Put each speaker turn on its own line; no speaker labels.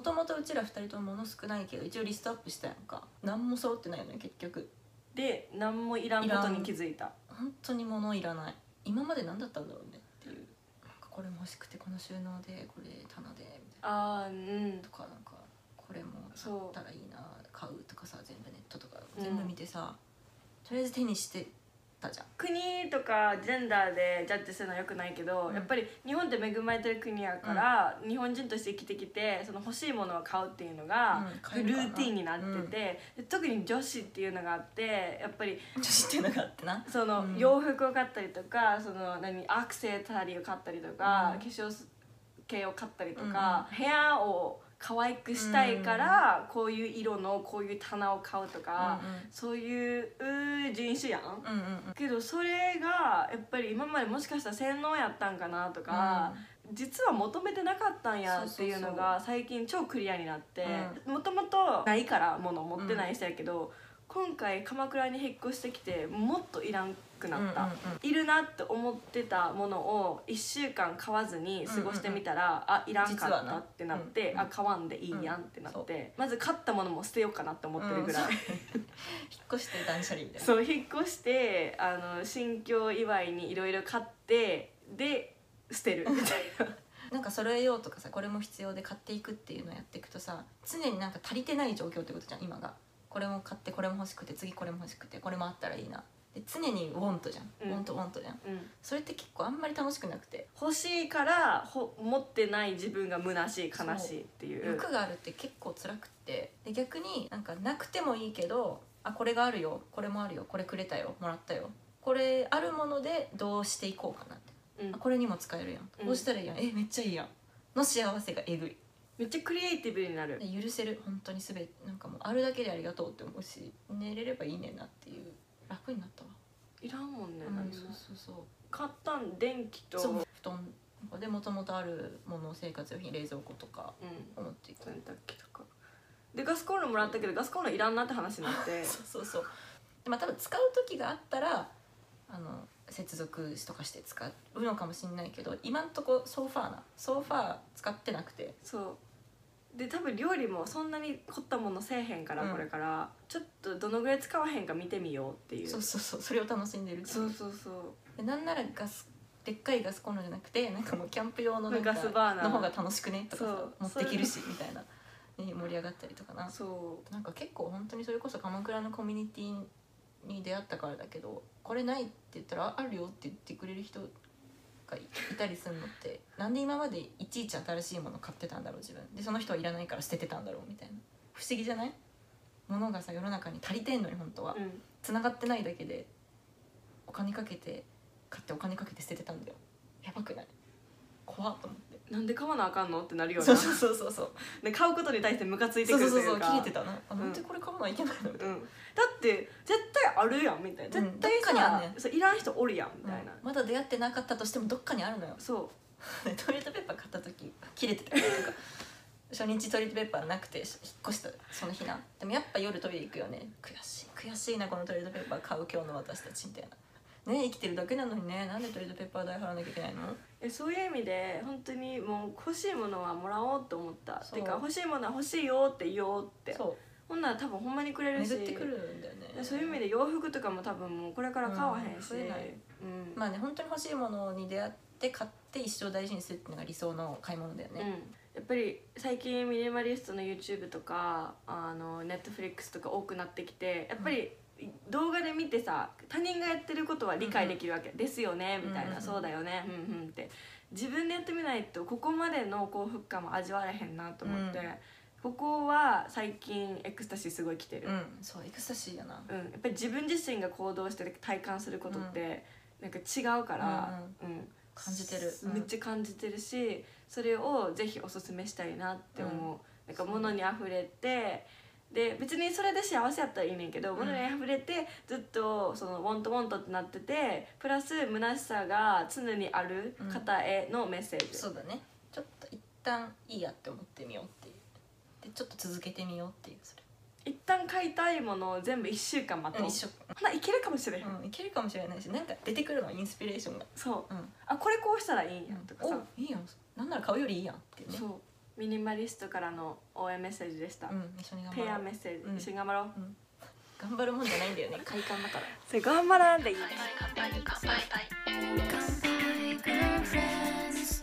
ともとうちら2人とも物少ないけど一応リストアップしたやんか何も揃ってないのよ結局
で何もいらんことに気づいた
本当に物いらない今まで何だったんだろうねっていうなんかこれも欲しくてこの収納でこれ棚でみたいな
ああうん
とかなんかこれも買
そ
っ
う
たらいいな買うとかさ全部ネットとか全部見てさ、とりあえず手にしてたじゃん
国とかジェンダーでジャッジするのはよくないけど、
うん
やっぱり日本って恵まれてる国やから、日本人として生きてきてその欲しいものを買うっていうのが
うん、買え
ル
るかな
ーティンになってて、で特に女子っていうのがあってやっぱり
女子っていうのがあってな
その、
うん
洋服を買ったりとかその何アクセサリーを買ったりとか、
うん
化粧系を買ったりとか、部屋を可愛くしたいから、こういう色のこういう棚を買うとか、そういうう人種やん。
うんうんうんうん
けどそれがやっぱり今までもしかしたら洗脳やったんかなとか、実は求めてなかったんやっていうのが最近超クリアになってもともとないから物持ってない人やけど、今回鎌倉に引っ越してきてもっといらんくなった。
うんうんうん
いるなって思ってたものを1週間買わずに過ごしてみたら、あいらんか
実は
っ
な
たってなっ
うん
て
うん
あ買わんでいいやんってな
う
っ
んそ
て、まず買ったものも捨てようかなって思ってるぐらい、
うん そう引っ越して断捨離みたいな
そう引っ越してあの新居祝いにいろいろ買ってで捨てるみたいな
なんか揃えようとかさこれも必要で買っていくっていうのをやっていくとさ常になんか足りてない状況ってことじゃん今がこれも買ってこれも欲しくて次これも欲しくてこれもあったらいいなで常にウォントじゃん、
うん
ウォントウォントじゃん
うん、
それって結構あんまり楽しくなくて
欲しいからほ持ってない自分が虚しい悲しいっていう
欲があるって結構辛くってで逆になんかなくてもいいけどあこれがあるよこれもあるよこれくれたよもらったよこれあるものでどうしていこうかなって
うん
あこれにも使えるやん
うん
こうしたらいいやんえめっちゃいいやんの幸せがえぐい
めっちゃクリエイティブになる
で許せる本当にすべてなんかもうあるだけでありがとうって思うし寝れればいいねんなっていう楽になったわ、
いらんもんね、
うん、
何も
そうそうそう
買ったん電気と
そう布団でもともとあるもの生活用品冷蔵庫とか
うん、
思っていく
洗濯機とかでガスコンロもらったけどガスコンロいらんなって話になっ て
そうそうそうでまあ多分使う時があったらあの接続しとかして使うのかもしれないけど今んとこソファーなソファー使ってなくて
そうで多分料理もそんなに凝ったものせえへんから、
うん
これからちょっとどのぐらい使わへんか見てみようっていう
そうそうそうそれを楽しんでる
そうそうそう
でなんならガスでっかいガスコンロじゃなくてなんかもうキャンプ用のなんか
ガスバーナー
の方が楽しくねとかさ持
そ
っ
う
てきるしみたいな、ね、盛り上がったりとかな
そ
なんか結構本当にそれこそ鎌倉のコミュニティに出会ったからだけどこれないって言ったらああるよって言ってくれる人がいたりするのってなんで今までいちいち新しいもの買ってたんだろう自分でその人はいらないから捨ててたんだろうみたいな不思議じゃない物がさ世の中に足りてんのに本当は
う、うん、
繋がってないだけでお金かけて買ってお金かけて捨ててたんだよやばくない怖っと思って
なんで買わなあかんのってなるよう
そ
な
うそうそうそうそう
で買うことに対してムカついて
そう
く
そう
ると
そう
いうか
切れてたなあ
ん
なんでこれ買わないといけないのみたい
うん、だって絶対あるやんみたいな
うん
絶対
どっかにあ
さ
んね、ん
そういらん人おるやんみ
な
たいな、
うんまだ出会ってなかったとしてもどっかにあるのよ
そ
トイレットペーパー買った時切れてたよ なんか初日トイレットペーパーなくてし引っ越したその日なでもやっぱ夜トイレ行くよね悔しい悔しいなこのトイレットペーパー買う今日の私たちみたいなね生きてるだけなのにねなんでトイレットペーパー代払わなきゃいけないの
うえそういう意味で本当にもう欲しいものはもらおうと思った
そう
てか欲しいものは欲しいよって言おうって
そう
ほんなら多分ほんまにくれるし
巡ってくるんだよね
そういう意味で洋服とかも多分もうこれから買わへんし、
う
うん
増え
ん
ないまあね本当に欲しいものに出会って買って一生大事にするっていうのが理想の買い物だよ
うん
ね、
やっぱり最近ミニマリストの YouTube とかあの Netflix とか多くなってきてやっぱり動画で見てさ他人がやってることは理解できるわけ、ですよねみたい
うん
な、
うん
そうだよねうんうんって自分でやってみないとここまでの幸福感も味わわれへんなと思って、
うん
ここは最近エクスタシーすごい来てる
うん、そうエクスタシーやな
うん、やっぱり自分自身が行動して体感することってなんか違うから、うん
感じてるうん
めっちゃ感じてるしそれをぜひおすすめしたいなって思う、なんか物にあふれてで別にそれで幸せやったらいいねんけど、
うん
物にあふれてずっとそのウォントウォントってなっててプラス虚しさが常にある方へのメッセージ、
そうだねちょっと一旦いいやって思ってみようっていうでちょっと続けてみようっていうそれ
一旦買いたいものを全部1週間待とう、
一緒、
ほないけるかもしれへん、
うん、いけるかもしれないしなんか出てくるのインスピレーションが
そう
うん、
あこれこうしたらいいんやとかさ、
おいいやんなんなら買うよりいいやんっていうね
そうミニマリストからの応援メッセージでした、
うん、一緒に頑張
ペ
ろ
ア
う
メッセージ、
うん
一緒に頑張ろう
頑張るもんじゃないんだよね快感だから
それ頑張らんでいい
乾杯乾杯乾杯